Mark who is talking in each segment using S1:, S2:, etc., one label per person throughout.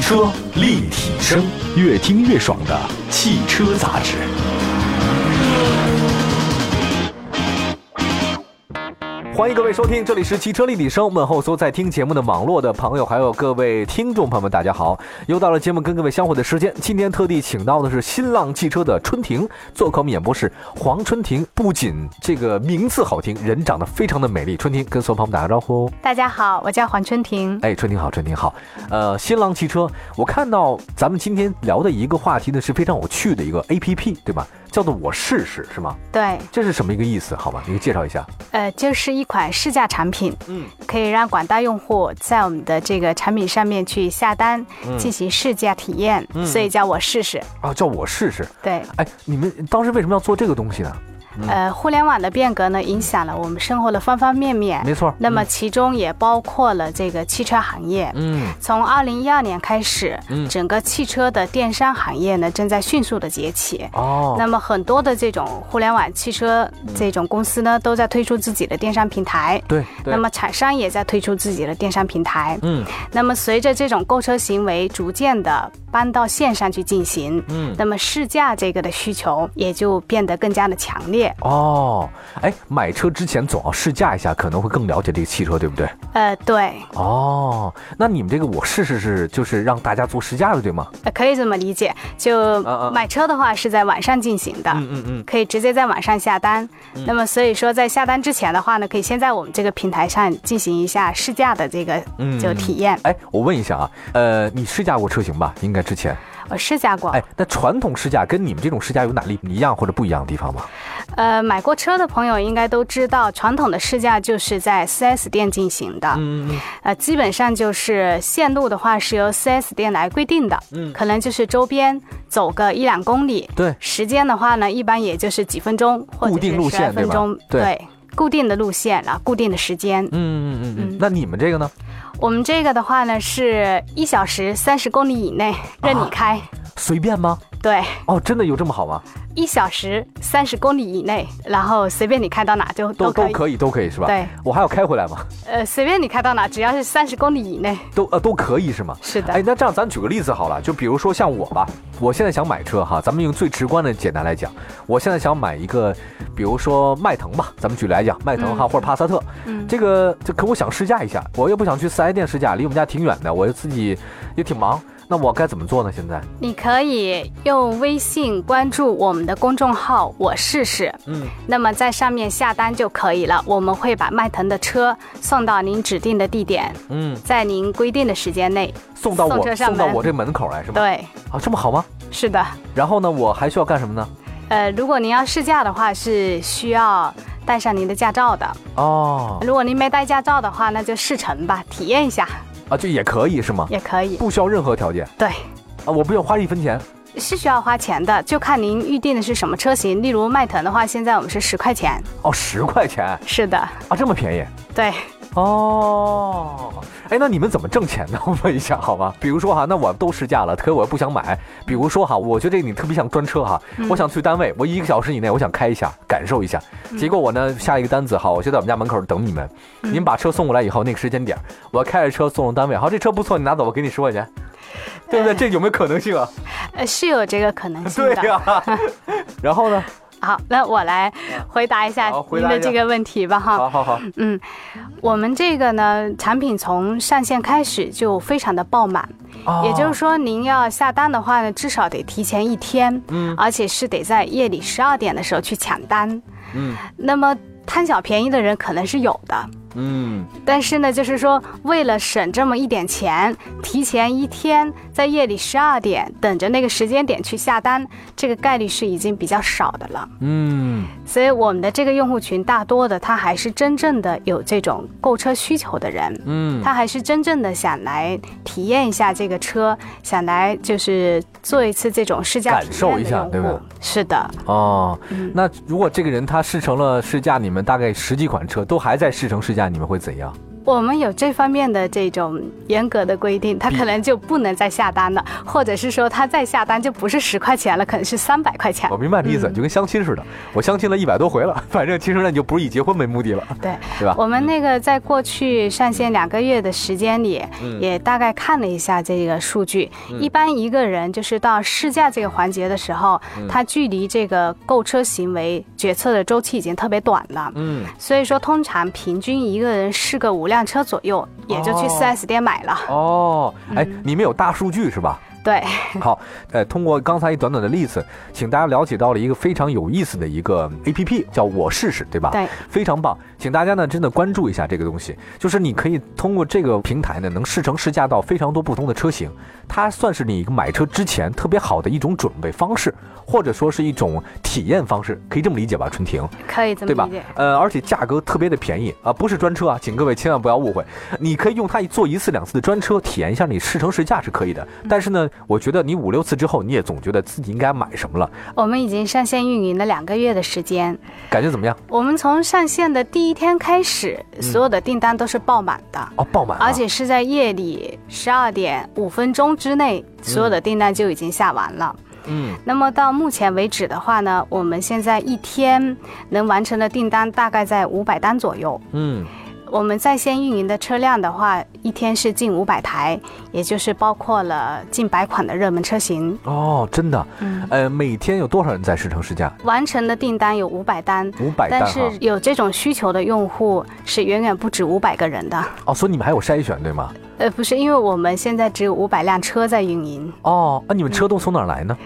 S1: 车立体声，越听越爽的汽车杂志。
S2: 欢迎各位收听，这里是汽车立体声，问候所有在听节目的网络的朋友，还有各位听众朋友们，大家好！又到了节目跟各位相会的时间，今天特地请到的是新浪汽车的春婷做客我们演播室。黄春婷不仅这个名字好听，人长得非常的美丽。春婷跟所有朋友们打个招呼。
S3: 大家好，我叫黄春婷。
S2: 哎，春婷好，春婷好。呃，新浪汽车，我看到咱们今天聊的一个话题呢是非常有趣的一个 A P P，对吧？叫做我试试是吗？
S3: 对，
S2: 这是什么一个意思？好吧，你给介绍一下。
S3: 呃，这是一款试驾产品，
S2: 嗯，
S3: 可以让广大用户在我们的这个产品上面去下单
S2: 嗯
S3: 进行试驾体验，所以叫我试试。
S2: 啊，叫我试试。
S3: 对，
S2: 哎，你们当时为什么要做这个东西呢？嗯
S3: 呃，互联网的变革呢，影响了我们生活的方方面面。
S2: 没错
S3: 那么其中也包括了这个汽车行业。
S2: 嗯，
S3: 从二零一二年开始，
S2: 嗯
S3: 整个汽车的电商行业呢正在迅速的崛起。
S2: 哦，嗯
S3: 那么很多的这种互联网汽车这种公司呢，都在推出自己的电商平台。
S2: 对，对
S3: 那么厂商也在推出自己的电商平台。
S2: 嗯
S3: 那么随着这种购车行为逐渐的搬到线上去进行，
S2: 嗯，
S3: 那么试驾这个的需求也就变得更加的强烈。
S2: 哦，哎，买车之前总要试驾一下，可能会更了解这个汽车，对不对？
S3: 呃，对，
S2: 哦，那你们这个我试试是就是让大家做试驾的，对吗？
S3: 呃可以这么理解。就
S2: 啊啊
S3: 买车的话是在网上进行的。
S2: 嗯嗯，
S3: 可以直接在网上下单，那么所以说在下单之前的话呢，可以先在我们这个平台上进行一下试驾的这个
S2: 嗯
S3: 就体验。
S2: 哎，我问一下啊，呃，你试驾过车型吧？应该之前。
S3: 我试驾过，
S2: 哎，那传统试驾跟你们这种试驾有哪里一样或者不一样的地方吗？
S3: 呃，买过车的朋友应该都知道，传统的试驾就是在 4S 店进行的，
S2: 嗯嗯
S3: 呃，基本上就是线路的话是由 4S 店来规定的，
S2: 嗯
S3: 可能就是周边走个一两公里，
S2: 对
S3: 时间的话呢，一般也就是几分钟或
S2: 固
S3: 者
S2: 定路
S3: 是十
S2: 线
S3: 来
S2: 对
S3: 分
S2: 吧
S3: 钟，
S2: 对
S3: 固定的路线，然后固定的时间。
S2: 嗯嗯嗯嗯
S3: 嗯。
S2: 那你们这个呢？
S3: 我们这个的话呢，是一小时三十公里以内任你开，
S2: 啊随便吗？
S3: 对，
S2: 哦，真的有这么好吗？
S3: 一小时三十公里以内，然后随便你开到哪就
S2: 都
S3: 可
S2: 都
S3: 以。
S2: 可以，都可以是吧？
S3: 对，
S2: 我还要开回来吗？
S3: 呃，随便你开到哪，只要是三十公里以内，
S2: 都呃都可以是吗？
S3: 是的
S2: 哎，那这样咱举个例子好了，就比如说像我吧，我现在想买车哈，咱们用最直观的简单来讲，我现在想买一个，比如说迈腾吧，咱们举例来讲，迈腾哈、
S3: 嗯
S2: 或者帕萨特，
S3: 嗯
S2: 这个这可我想试驾一下，我又不想去四 S 店试驾，离我们家挺远的，我又自己也挺忙，那我该怎么做呢？现在？
S3: 你可以用微信关注我们的公众号“我试试
S2: 嗯，”，
S3: 那么在上面下单就可以了。我们会把迈腾的车送到您指定的地点，
S2: 嗯，
S3: 在您规定的时间内。
S2: 送到我
S3: 送车上门
S2: 到我这门口来是吗？
S3: 对，
S2: 啊，这么好吗？
S3: 是的。
S2: 然后呢，我还需要干什么呢？
S3: 呃，如果您要试驾的话，是需要带上您的驾照的。
S2: 哦，
S3: 如果您没带驾照的话，那就试乘吧，体验一下
S2: 啊，就也可以是吗？
S3: 也可以。
S2: 不需要任何条件
S3: 对，
S2: 啊，我不用花一分钱。
S3: 是需要花钱的，就看您预定的是什么车型。例如迈腾的话，现在我们是十块钱。
S2: 哦，十块钱
S3: 是的，
S2: 啊，这么便宜
S3: 对。
S2: 哦？哎，那你们怎么挣钱呢？ 我问一下好吗？比如说哈，那我都试驾了，可我又不想买。比如说哈，我觉得这个你特别想专车哈，
S3: 嗯
S2: 我想去单位，我一个小时以内我想开一下，感受一下。
S3: 嗯
S2: 结果我呢下一个单子哈，我就在我们家门口等你们，你们把车送过来以后，那个时间点儿，我开着车送到单位，好，这车不错，你拿走，我给你十块钱。对不对？这有没有可能性啊？
S3: 呃， 是有这个可能性
S2: 对
S3: 的。
S2: 呀、然后呢？
S3: 好，那我来回答一下
S2: 好回
S3: 您
S2: 答
S3: 的
S2: 一下
S3: 这个问题吧，哈。
S2: 好好好，
S3: 嗯，我们这个呢，产品从上线开始就非常的爆满，
S2: 哦
S3: 也就是说，您要下单的话呢，至少得提前一天，
S2: 嗯
S3: 而且是得在夜里十二点的时候去抢单。
S2: 嗯
S3: 那么贪小便宜的人可能是有的，
S2: 嗯，
S3: 但是呢，就是说为了省这么一点钱，提前一天在夜里十二点等着那个时间点去下单，这个概率是已经比较少的了。
S2: 嗯，
S3: 所以我们的这个用户群，大多的他还是真正的有这种购车需求的人，
S2: 嗯，
S3: 他还是真正的想来体验一下这个车，想来就是做一次这种试驾
S2: 感
S3: 体验
S2: 受
S3: 的
S2: 一下
S3: 用
S2: 对吧
S3: 户是的，
S2: 哦，
S3: 嗯
S2: 那如果这个人他试乘了试驾你们大概十几款车，都还在试乘试驾，你们会怎样？
S3: 我们有这方面的这种严格的规定，他可能就不能再下单了，或者是说他再下单就不是十块钱了，可能是三百块钱
S2: 我。明白你的意思，
S3: 嗯
S2: 就跟相亲似的，我相亲了一百多回了，反正其实那你就不是以结婚为目的了，
S3: 对，
S2: 对吧？
S3: 我们那个在过去上线两个月的时间里，
S2: 嗯
S3: 也大概看了一下这个数据。一般一个人就是到试驾这个环节的时候，
S2: 嗯
S3: 他距离这个购车行为决策的周期已经特别短了。
S2: 嗯，
S3: 所以说，通常平均一个人试个五辆车左右，也就去
S2: 哦
S3: 4S 店买了。
S2: 哦，
S3: 嗯
S2: 哎，你们有大数据是吧？
S3: 对，
S2: 好，呃，通过刚才一短短的例子，请大家了解到了一个非常有意思的一个 A P P，叫我试试，对吧？
S3: 对，
S2: 非常棒，请大家呢真的关注一下这个东西，就是你可以通过这个平台呢，能试乘试驾到非常多不同的车型，它算是你买车之前特别好的一种准备方式，或者说是一种体验方式，可以这么理解吧，春婷？
S3: 可以这
S2: 对
S3: 么
S2: 吧
S3: 理解。？
S2: 呃，而且价格特别的便宜啊，不是专车啊，请各位千万不要误会。你可以用它做一次两次的专车，体验一下你试乘试驾是可以的。
S3: 嗯
S2: 但是呢，我觉得你五六次之后，你也总觉得自己应该买什么了，
S3: 我们已经上线运营了两个月的时间，
S2: 感觉怎么样？
S3: 我们从上线的第一天开始，所有的订单都是爆满的。
S2: 哦，爆满、啊！
S3: 而且是在夜里十二点五分钟之内，所有的订单就已经下完了。
S2: 嗯，
S3: 那么到目前为止的话呢，我们现在一天能完成的订单大概在五百单左右。
S2: 嗯，
S3: 我们在线运营的车辆的话，一天是近五百台，也就是包括了近百款的热门车型。
S2: 哦，真的，
S3: 嗯
S2: 呃，每天有多少人在试乘试驾？
S3: 完成的订单有五百单，
S2: 五百单
S3: 但
S2: 哈
S3: 是。有这种需求的用户是远远不止五百个人的。
S2: 哦，所以你们还有筛选对吗？
S3: 呃，不是，因为我们现在只有五百辆车在运营。
S2: 哦，啊，你们车都从哪儿来呢？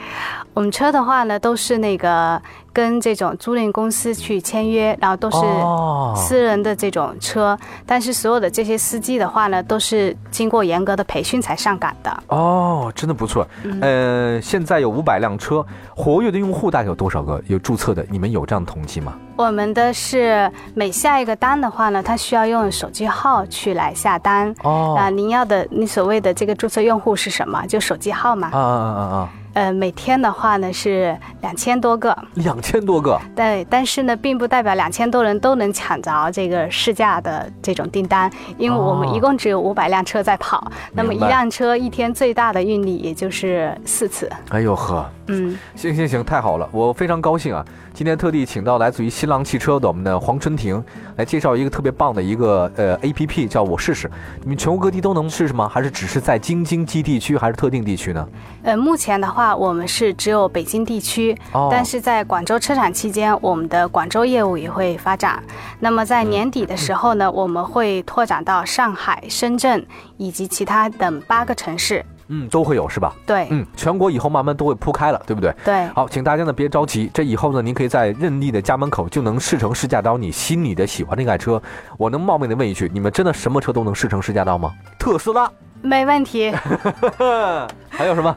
S3: 我们车的话呢，都是那个跟这种租赁公司去签约，然后都是
S2: 哦，
S3: 私人的这种车，但是所有的这些司机的话呢，都是经过严格的培训才上岗的。
S2: 哦，真的不错。
S3: 嗯
S2: 呃，现在有五百辆车，活跃的用户大概有多少个？有注册的，你们有这样的统计吗？
S3: 我们的是每下一个单的话呢，它需要用手机号去来下单。
S2: 哦
S3: 啊，您要的你所谓的这个注册用户是什么？就手机号嘛。
S2: 啊啊啊啊！
S3: 呃，每天的话呢是两千多个，
S2: 两千多个
S3: 对，但是呢，并不代表两千多人都能抢着这个试驾的这种订单，因为我们
S2: 哦
S3: 一共只有五百辆车在跑，那么一
S2: 明白
S3: 辆车一天最大的运力也就是四次。
S2: 哎呦呵，
S3: 嗯，
S2: 行行行，太好了，我非常高兴啊！今天特地请到来自于新浪汽车的我们的黄春婷来介绍一个特别棒的一个呃 A P P，叫我试试。你们全国各地都能试试吗？还是只是在京津冀地区，还是特定地区呢？
S3: 呃，目前的话，我们是只有北京地区，
S2: 哦
S3: 但是在广州车展期间，我们的广州业务也会发展。那么在年底的时候
S2: 嗯
S3: 呢，我们会拓展到上海、深圳以及其他等八个城市。
S2: 嗯，都会有是吧？
S3: 对，
S2: 嗯，全国以后慢慢都会铺开了，对不对？
S3: 对。
S2: 好，请大家呢别着急，这以后呢，您可以在任意的家门口就能试乘试驾到你心里的喜欢这台车。我能冒昧的问一句，你们真的什么车都能试乘试驾到吗？特斯拉，
S3: 没问题，
S2: 还有什么？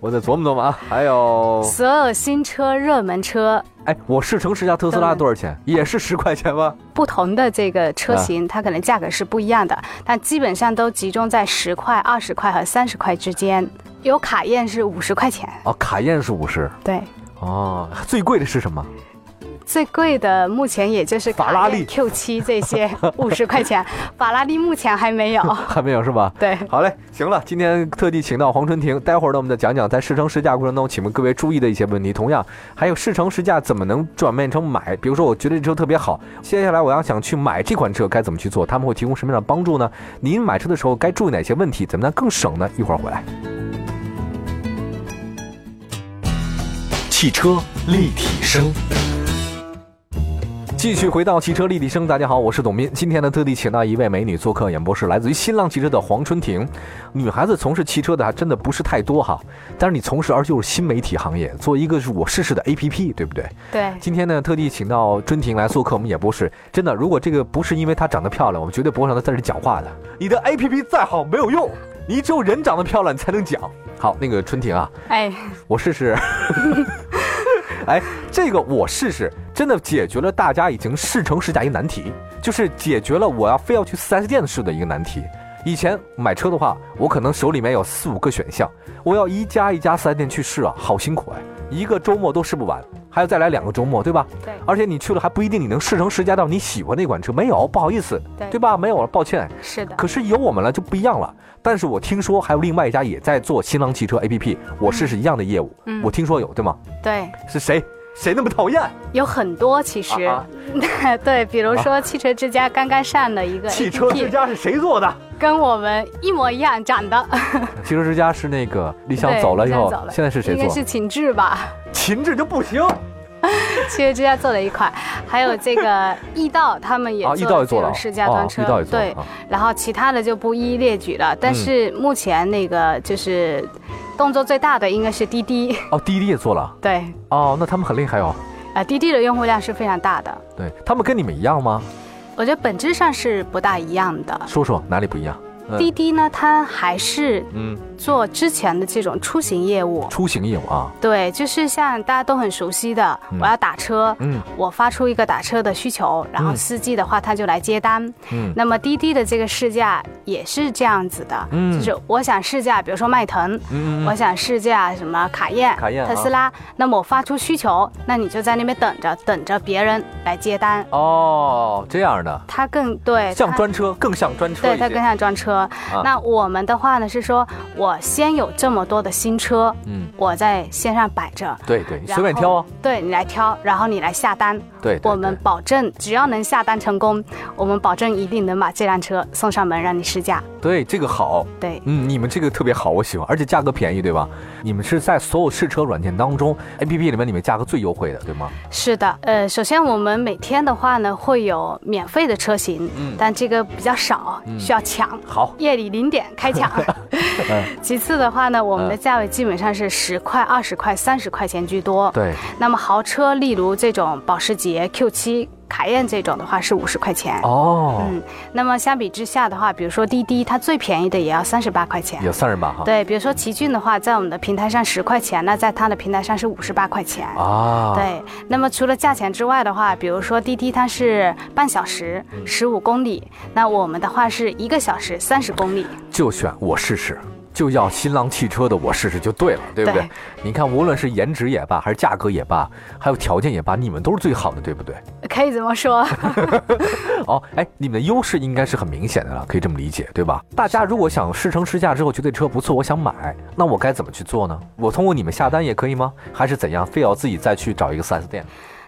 S2: 我再琢磨琢磨啊。还有，
S3: 所有新车、热门车
S2: 哎，我试乘试驾特斯拉多少钱？也是十块钱吗？
S3: 不同的这个车
S2: 啊
S3: 型，它可能价格是不一样的，但基本上都集中在十块、二十块和三十块之间。有卡宴是五十块钱，
S2: 哦，卡宴是五十。
S3: 对，
S2: 哦，最贵的是什么？
S3: 最贵的目前也就是
S2: 法拉利
S3: Q 7 这些五十块钱，法拉利目前还没有。
S2: 还没有是吧？
S3: 对，
S2: 好嘞，行了，今天特地请到黄春婷，待会儿呢，我们再讲讲在试乘试驾过程当中，请问各位注意的一些问题。同样，还有试乘试驾怎么能转变成买？比如说，我觉得这车特别好，接下来我要想去买这款车，该怎么去做？他们会提供什么样的帮助呢？您买车的时候该注意哪些问题？怎么样更省呢？一会儿回来。
S1: 汽车立体声，
S2: 继续回到汽车立体声，大家好，我是董斌。今天呢，特地请到一位美女做客演播室，来自于新浪汽车的黄春婷。女孩子从事汽车的还真的不是太多哈，但是你从事而就是新媒体行业，做一个是我试试的 APP，对不对？
S3: 对，
S2: 今天呢，特地请到春婷来做客，我们演播室。真的，如果这个不是因为她长得漂亮，我们绝对不会让她在这讲话的。你的 APP 再好没有用，你只有人长得漂亮，你才能讲。好，那个春婷啊，
S3: 哎，
S2: 我试试。 哎，这个我试试，真的解决了大家已经试乘试驾一个难题，就是解决了我要非要去 4S 店试的一个难题。以前买车的话，我可能手里面有四五个选项，我要一家一家 4S 店去试啊，好辛苦哎。一个周末都试不完，还要再来两个周末，对吧？
S3: 对
S2: 而且你去了还不一定你能试乘试驾到你喜欢那款车，没有，不好意思，
S3: 对
S2: 对吧？没有了，抱歉。
S3: 是的，
S2: 可是有我们了就不一样了。但是我听说还有另外一家也在做新浪汽车 APP，我试试一样的业务。
S3: 嗯
S2: 我听说有，对吗？
S3: 对，
S2: 是谁？谁那么讨厌？
S3: 有很多其实，
S2: 啊
S3: 对，比如说汽车之家刚刚上了一个 APP，
S2: 汽车之家是谁做的？
S3: 跟我们一模一样长的，
S2: 汽车之家是那个李想
S3: 对
S2: 走了以
S3: 这样
S2: 后
S3: 走，了
S2: 现在是谁
S3: 应该
S2: 做？
S3: 是秦志吧？
S2: 秦志就不行。
S3: 汽车之家做了一款，还有这个 易道他们也
S2: 啊，易道也做了啊，
S3: 这种试驾专
S2: 啊
S3: 车，
S2: 易道也做了嗯
S3: 对，
S2: 啊
S3: 然后其他的就不一一列举了。但是目前那个就是动作最大的应该是滴滴，
S2: 哦，滴滴也做了。
S3: 对，
S2: 哦，那他们很厉害哦。
S3: 啊、滴滴的用户量是非常大的。
S2: 对他们跟你们一样吗？
S3: 我觉得本质上是不大一样的。
S2: 说说哪里不一样？嗯
S3: 滴滴呢，它还是
S2: 嗯，
S3: 做之前的这种出行业务，
S2: 出行业务啊，
S3: 对，就是像大家都很熟悉的，
S2: 嗯
S3: 我要打车，
S2: 嗯
S3: 我发出一个打车的需求，然后
S2: 嗯
S3: 司机的话他就来接单。
S2: 嗯
S3: 那么滴滴的这个试驾也是这样子的，
S2: 嗯
S3: 就是我想试驾，比如说迈腾，
S2: 嗯
S3: 我想试驾什么卡宴、
S2: 卡宴啊
S3: 特斯拉，那么我发出需求，那你就在那边等着，等着别人来接单。
S2: 哦，这样的，
S3: 它更对，
S2: 像
S3: 它
S2: 专车，更像专车
S3: 对
S2: 一啊
S3: 它
S2: 些。
S3: 更像专车。那我们的话呢是说，我先有这么多的新车，
S2: 嗯，
S3: 我在线上摆着，
S2: 对对，你
S3: 然
S2: 随便挑啊
S3: 后。对你来挑，然后你来下单。
S2: 对，对
S3: 我们
S2: 对
S3: 保证，只要能下单成功，我们保证一定能把这辆车送上门，让你试驾。
S2: 对这个好，
S3: 对，
S2: 嗯，你们这个特别好，我喜欢，而且价格便宜，对吧？你们是在所有试车软件当中，APP 里面你们价格最优惠的，对吗？
S3: 是的，呃，首先我们每天的话呢，会有免费的车型，
S2: 嗯
S3: 但这个比较少，需要抢。
S2: 好，
S3: 夜里零点开 抢，
S2: 嗯
S3: 其次的话呢，我们的价位基本上是十块、二十块、三十块钱居多。
S2: 对，
S3: 那么豪车，例如这种保时捷 Q 7卡宴这种的话是五十块钱。
S2: 哦，
S3: 嗯，那么相比之下的话，比如说滴滴，它最便宜的也要三十八块钱。
S2: 也算是吧哈。
S3: 对，比如说奇骏的话，在我们的平台上十块钱，那在它的平台上是五十八块钱。
S2: 啊，
S3: 对，那么除了价钱之外的话，比如说滴滴它是半小时十五公里，那我们的话是一个小时三十公里。
S2: 就选我试试，就要新浪汽车的我试试就对了，对不对？
S3: 对
S2: 你看，无论是颜值也罢，还是价格也罢，还有条件也罢，你们都是最好的，对不对？
S3: 可以这么说，
S2: 哦，哎，你们的优势应该是很明显的了，可以这么理解，对吧？大家如果想试乘试驾之后觉得这车不错，我想买，那我该怎么去做呢？我通过你们下单也可以吗？还是怎样？非要自己再去找一个 4S 店？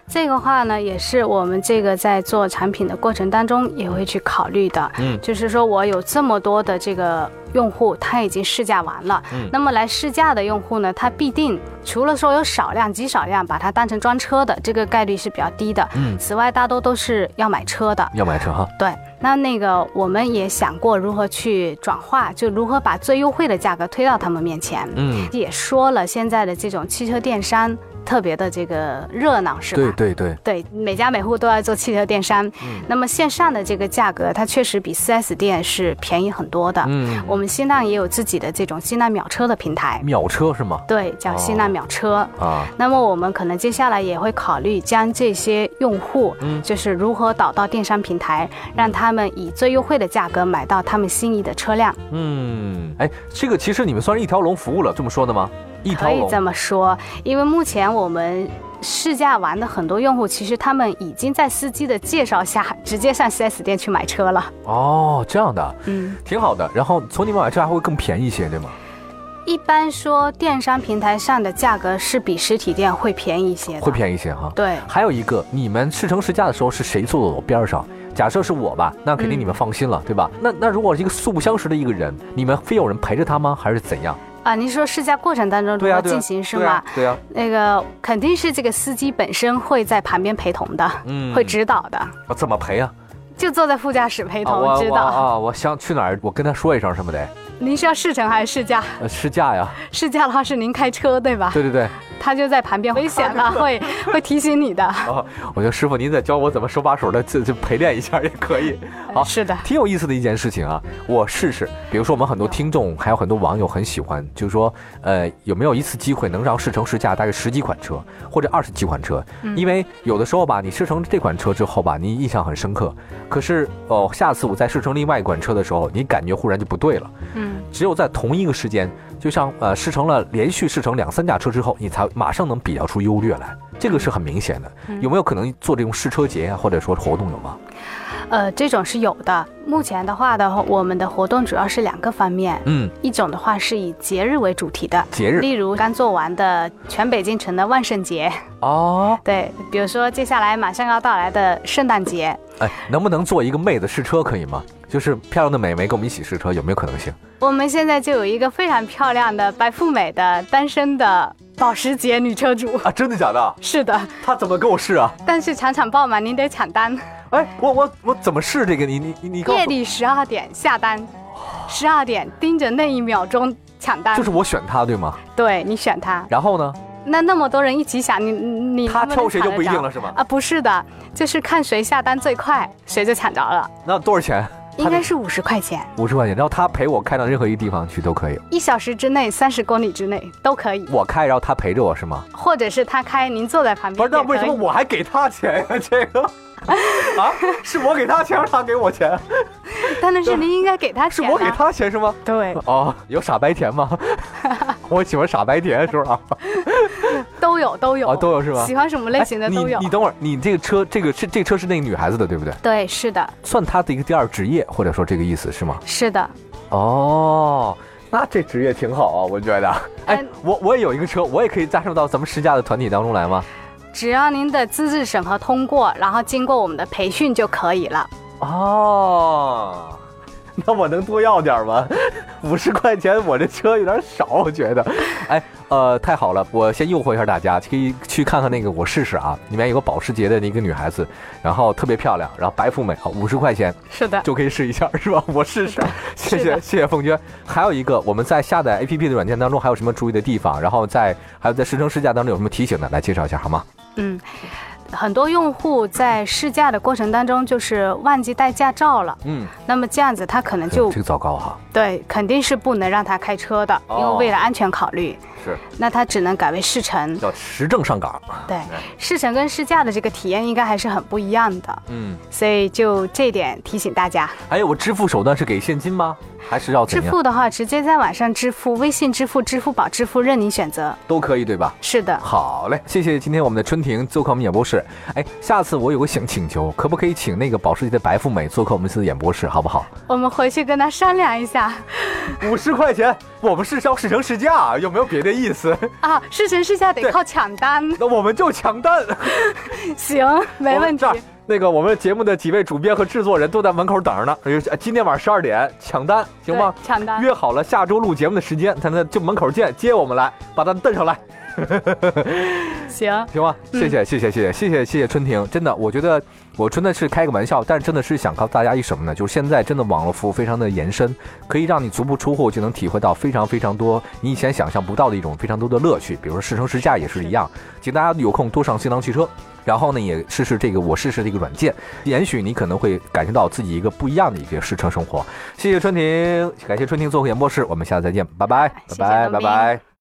S3: 这个话呢，也是我们这个在做产品的过程当中也会去考虑的。
S2: 嗯
S3: 就是说我有这么多的这个用户，他已经试驾完了。
S2: 嗯
S3: 那么来试驾的用户呢，他必定除了说有少量、极少量把它当成专车的，这个概率是比较低的。
S2: 嗯
S3: 此外，大多都是要买车的。
S2: 要买车哈？
S3: 对，那那个我们也想过如何去转化，就如何把最优惠的价格推到他们面前。
S2: 嗯，
S3: 也说了，现在的这种汽车电商特别的这个热闹，是吧？啊
S2: 对对对，
S3: 对，每家每户都要做汽车电商。
S2: 嗯
S3: 那么线上的这个价格，它确实比 4S 店是便宜很多的。
S2: 嗯，
S3: 我们新浪也有自己的这种新浪秒车的平台，
S2: 秒车是吗？
S3: 对，叫新
S2: 哦
S3: 浪秒车。
S2: 啊，
S3: 那么我们可能接下来也会考虑将这些用户，
S2: 嗯
S3: 就是如何导到电商平台，让他们以最优惠的价格买到他们心仪的车辆，
S2: 嗯，哎，这个其实你们算是一条龙服务了，这么说的吗？一条
S3: 可以
S2: 龙
S3: 这么说。因为目前我们试驾完的很多用户，其实他们已经在司机的介绍下直接上 4S 店去买车了。
S2: 哦，这样的
S3: 嗯，
S2: 挺好的。然后从你们买车还会更便宜一些，对吗？
S3: 一般说电商平台上的价格是比实体店会便宜一些的，
S2: 会便宜一些哈。
S3: 对。
S2: 还有一个，你们试乘试驾的时候是谁坐在我边儿上？假设是我吧，那肯定
S3: 嗯
S2: 你们放心了，对吧？那那如果是一个素不相识的一个人，你们非有人陪着他吗？还是怎样？
S3: 啊，您说试驾过程当中如
S2: 对呀、
S3: 何
S2: 对呀、
S3: 进行是
S2: 对呀啊
S3: 吗？？
S2: 对呀、
S3: 那个肯定是这个司机本身会在旁边陪同的，
S2: 嗯
S3: 会指导的，
S2: 我怎么陪啊？
S3: 就坐在副驾驶陪
S2: 啊，
S3: 同、
S2: 我
S3: 指
S2: 我
S3: 导。
S2: 啊，我想去哪儿，我跟他说一声什么的。
S3: 您是要试乘还是试驾？
S2: 呃，试驾呀，
S3: 试驾的话是您开车对吧？
S2: 对对对。
S3: 他就在旁边危险 了，会会提醒你的。
S2: 哦，我觉得师傅您再教我怎么手把手的，这这陪练一下也可以。好，
S3: 是的，
S2: 挺有意思的一件事情啊，我试试。比如说，我们很多听众还有很多网友很喜欢，就是说，呃，有没有一次机会能让试乘试驾大概十几款车或者二十几款车？因为有的时候吧，你试乘这款车之后吧，你印象很深刻，可是哦，下次我再试乘另外一款车的时候，你感觉忽然就不对了。
S3: 嗯，
S2: 只有在同一个时间，就像呃试乘了连续试乘两三架车之后，你才马上能比较出优劣来，这个是很明显的。有没有可能做这种试车节啊，或者说活动有吗？
S3: 呃，这种是有的。目前的话的话，我们的活动主要是两个方面，
S2: 嗯，
S3: 一种的话是以节日为主题的，
S2: 节日
S3: 例如刚做完的全北京城的万圣节，
S2: 哦，
S3: 对，比如说接下来马上要到来的圣诞节，
S2: 哎，能不能做一个妹子试车可以吗？就是漂亮的美眉跟我们一起试车，有没有可能性？
S3: 我们现在就有一个非常漂亮的白富美的单身的保时捷女车主，
S2: 啊，真的假的？
S3: 是的，
S2: 她怎么跟我试啊？
S3: 但是场场爆满，你得抢单，
S2: 哎，我我我怎么试这个？你你你你告诉
S3: 夜
S2: 我，
S3: 里十二点下单，十二点盯着那一秒钟抢单，
S2: 就是我选她对吗？
S3: 对你选它。
S2: 然后呢，
S3: 那那么多人一起想，你你你
S2: 她
S3: 能能
S2: 挑谁就
S3: 抢得
S2: 不一定
S3: 着
S2: 了是吗？
S3: 啊？不是的，就是看谁下单最快，谁就抢着了。
S2: 那多少钱？
S3: 应该是五十块钱，
S2: 五十块钱，然后她陪我开到任何一个地方去都可以，
S3: 一小时之内、三十公里之内都可以，
S2: 我开，然后她陪着我是吗？
S3: 或者是他开，您坐在旁边。我？
S2: 我还给他钱呀、 这个啊，是我给他钱，他给我钱，
S3: 但是您应该给他钱、啊。
S2: 他钱是吗？
S3: 对，
S2: 哦，有傻白甜吗？ 我喜欢傻白甜，是吧？
S3: 都有都有、
S2: 啊，都有是吧？
S3: 喜欢什么类型的
S2: 哎
S3: 都有。
S2: 你你等会儿，你这个车，这个是这个车是那个女孩子的，对不对？
S3: 对，是的，
S2: 算她的一个第二职业，或者说这个意思是吗？
S3: 是的。
S2: 哦，那这职业挺好啊，我觉得。哎
S3: 嗯，
S2: 我我也有一个车，我也可以加入到咱们试驾的团体当中来吗？
S3: 只要您的资质审核通过，然后经过我们的培训就可以了。
S2: 哦， 那我能多要点吗？五十块钱，我这车有点少，我觉得。哎，呃，太好了，我先诱惑一下大家，可以去看看那个，我试试啊。里面有个保时捷的一个女孩子，然后特别漂亮，然后白富美，啊，五十块钱
S3: 是的，
S2: 就可以试一下，是 吧？我试试，谢
S3: 是
S2: 谢
S3: 的
S2: 谢谢凤娟。还有一个，我们在下载 APP 的软件当中还有什么注意的地方？然后在还有在试乘试驾当中有什么提醒的？来介绍一下好吗？
S3: 嗯。很多用户在试驾的过程当中，就是忘记带驾照了。
S2: 嗯，
S3: 那么这样子，他可能就
S2: 这个糟糕哈、
S3: 对，肯定是不能让他开车的，因为
S2: 哦
S3: 为了安全考虑，
S2: 是
S3: 那他只能改为试乘。
S2: 叫持证上岗。
S3: 对，试乘跟试驾的这个体验应该还是很不一样的，
S2: 嗯。
S3: 所以就这点提醒大家。
S2: 还有，我支付手段是给现金吗？还是要
S3: 支
S2: 怎样？
S3: 付的话，直接在网上支付，微信支付、支付宝支付任您选择。
S2: 都可以，对吧？
S3: 是的，
S2: 好嘞，谢谢今天我们的春婷做客我们演播室。哎，下次我有个请请求，可不可以请那个保时捷的白富美做客我们这次演播室，好不好？
S3: 我们回去跟他商量一下
S2: 五十块钱，我们是要试乘试驾，有没有别的意思？
S3: 啊，试乘试驾
S2: 对
S3: 得靠抢单，
S2: 那我们就抢单，
S3: 行，没问题
S2: 哦我。们这儿那个我们节目的几位主编和制作人都在门口等着呢，就是今天晚上十二点抢单，行吗？
S3: 对？抢单，
S2: 约好了下周录节目的时间，咱们就门口见，接我们来，把他瞪上来。
S3: 行，
S2: 行吧，
S3: 嗯
S2: 谢谢谢谢谢谢谢谢谢谢春婷，真的，我觉得我真的是开个玩笑，但是真的是想告诉大家一什么呢？就是现在真的网络服务非常的延伸，可以让你足不出户就能体会到非常非常多你以前想象不到的一种非常多的乐趣，比如说试乘试驾也是一样，请大家有空多上新浪汽车。然后呢，也试试这个我试试这个软件，也许你可能会感受到自己一个不一样的一个试乘生活。谢谢春婷，感谢春婷做客演播室，我们下次再见，拜拜，
S3: 哎谢谢
S2: 拜拜，
S3: 董
S2: 拜
S3: 明
S2: 拜。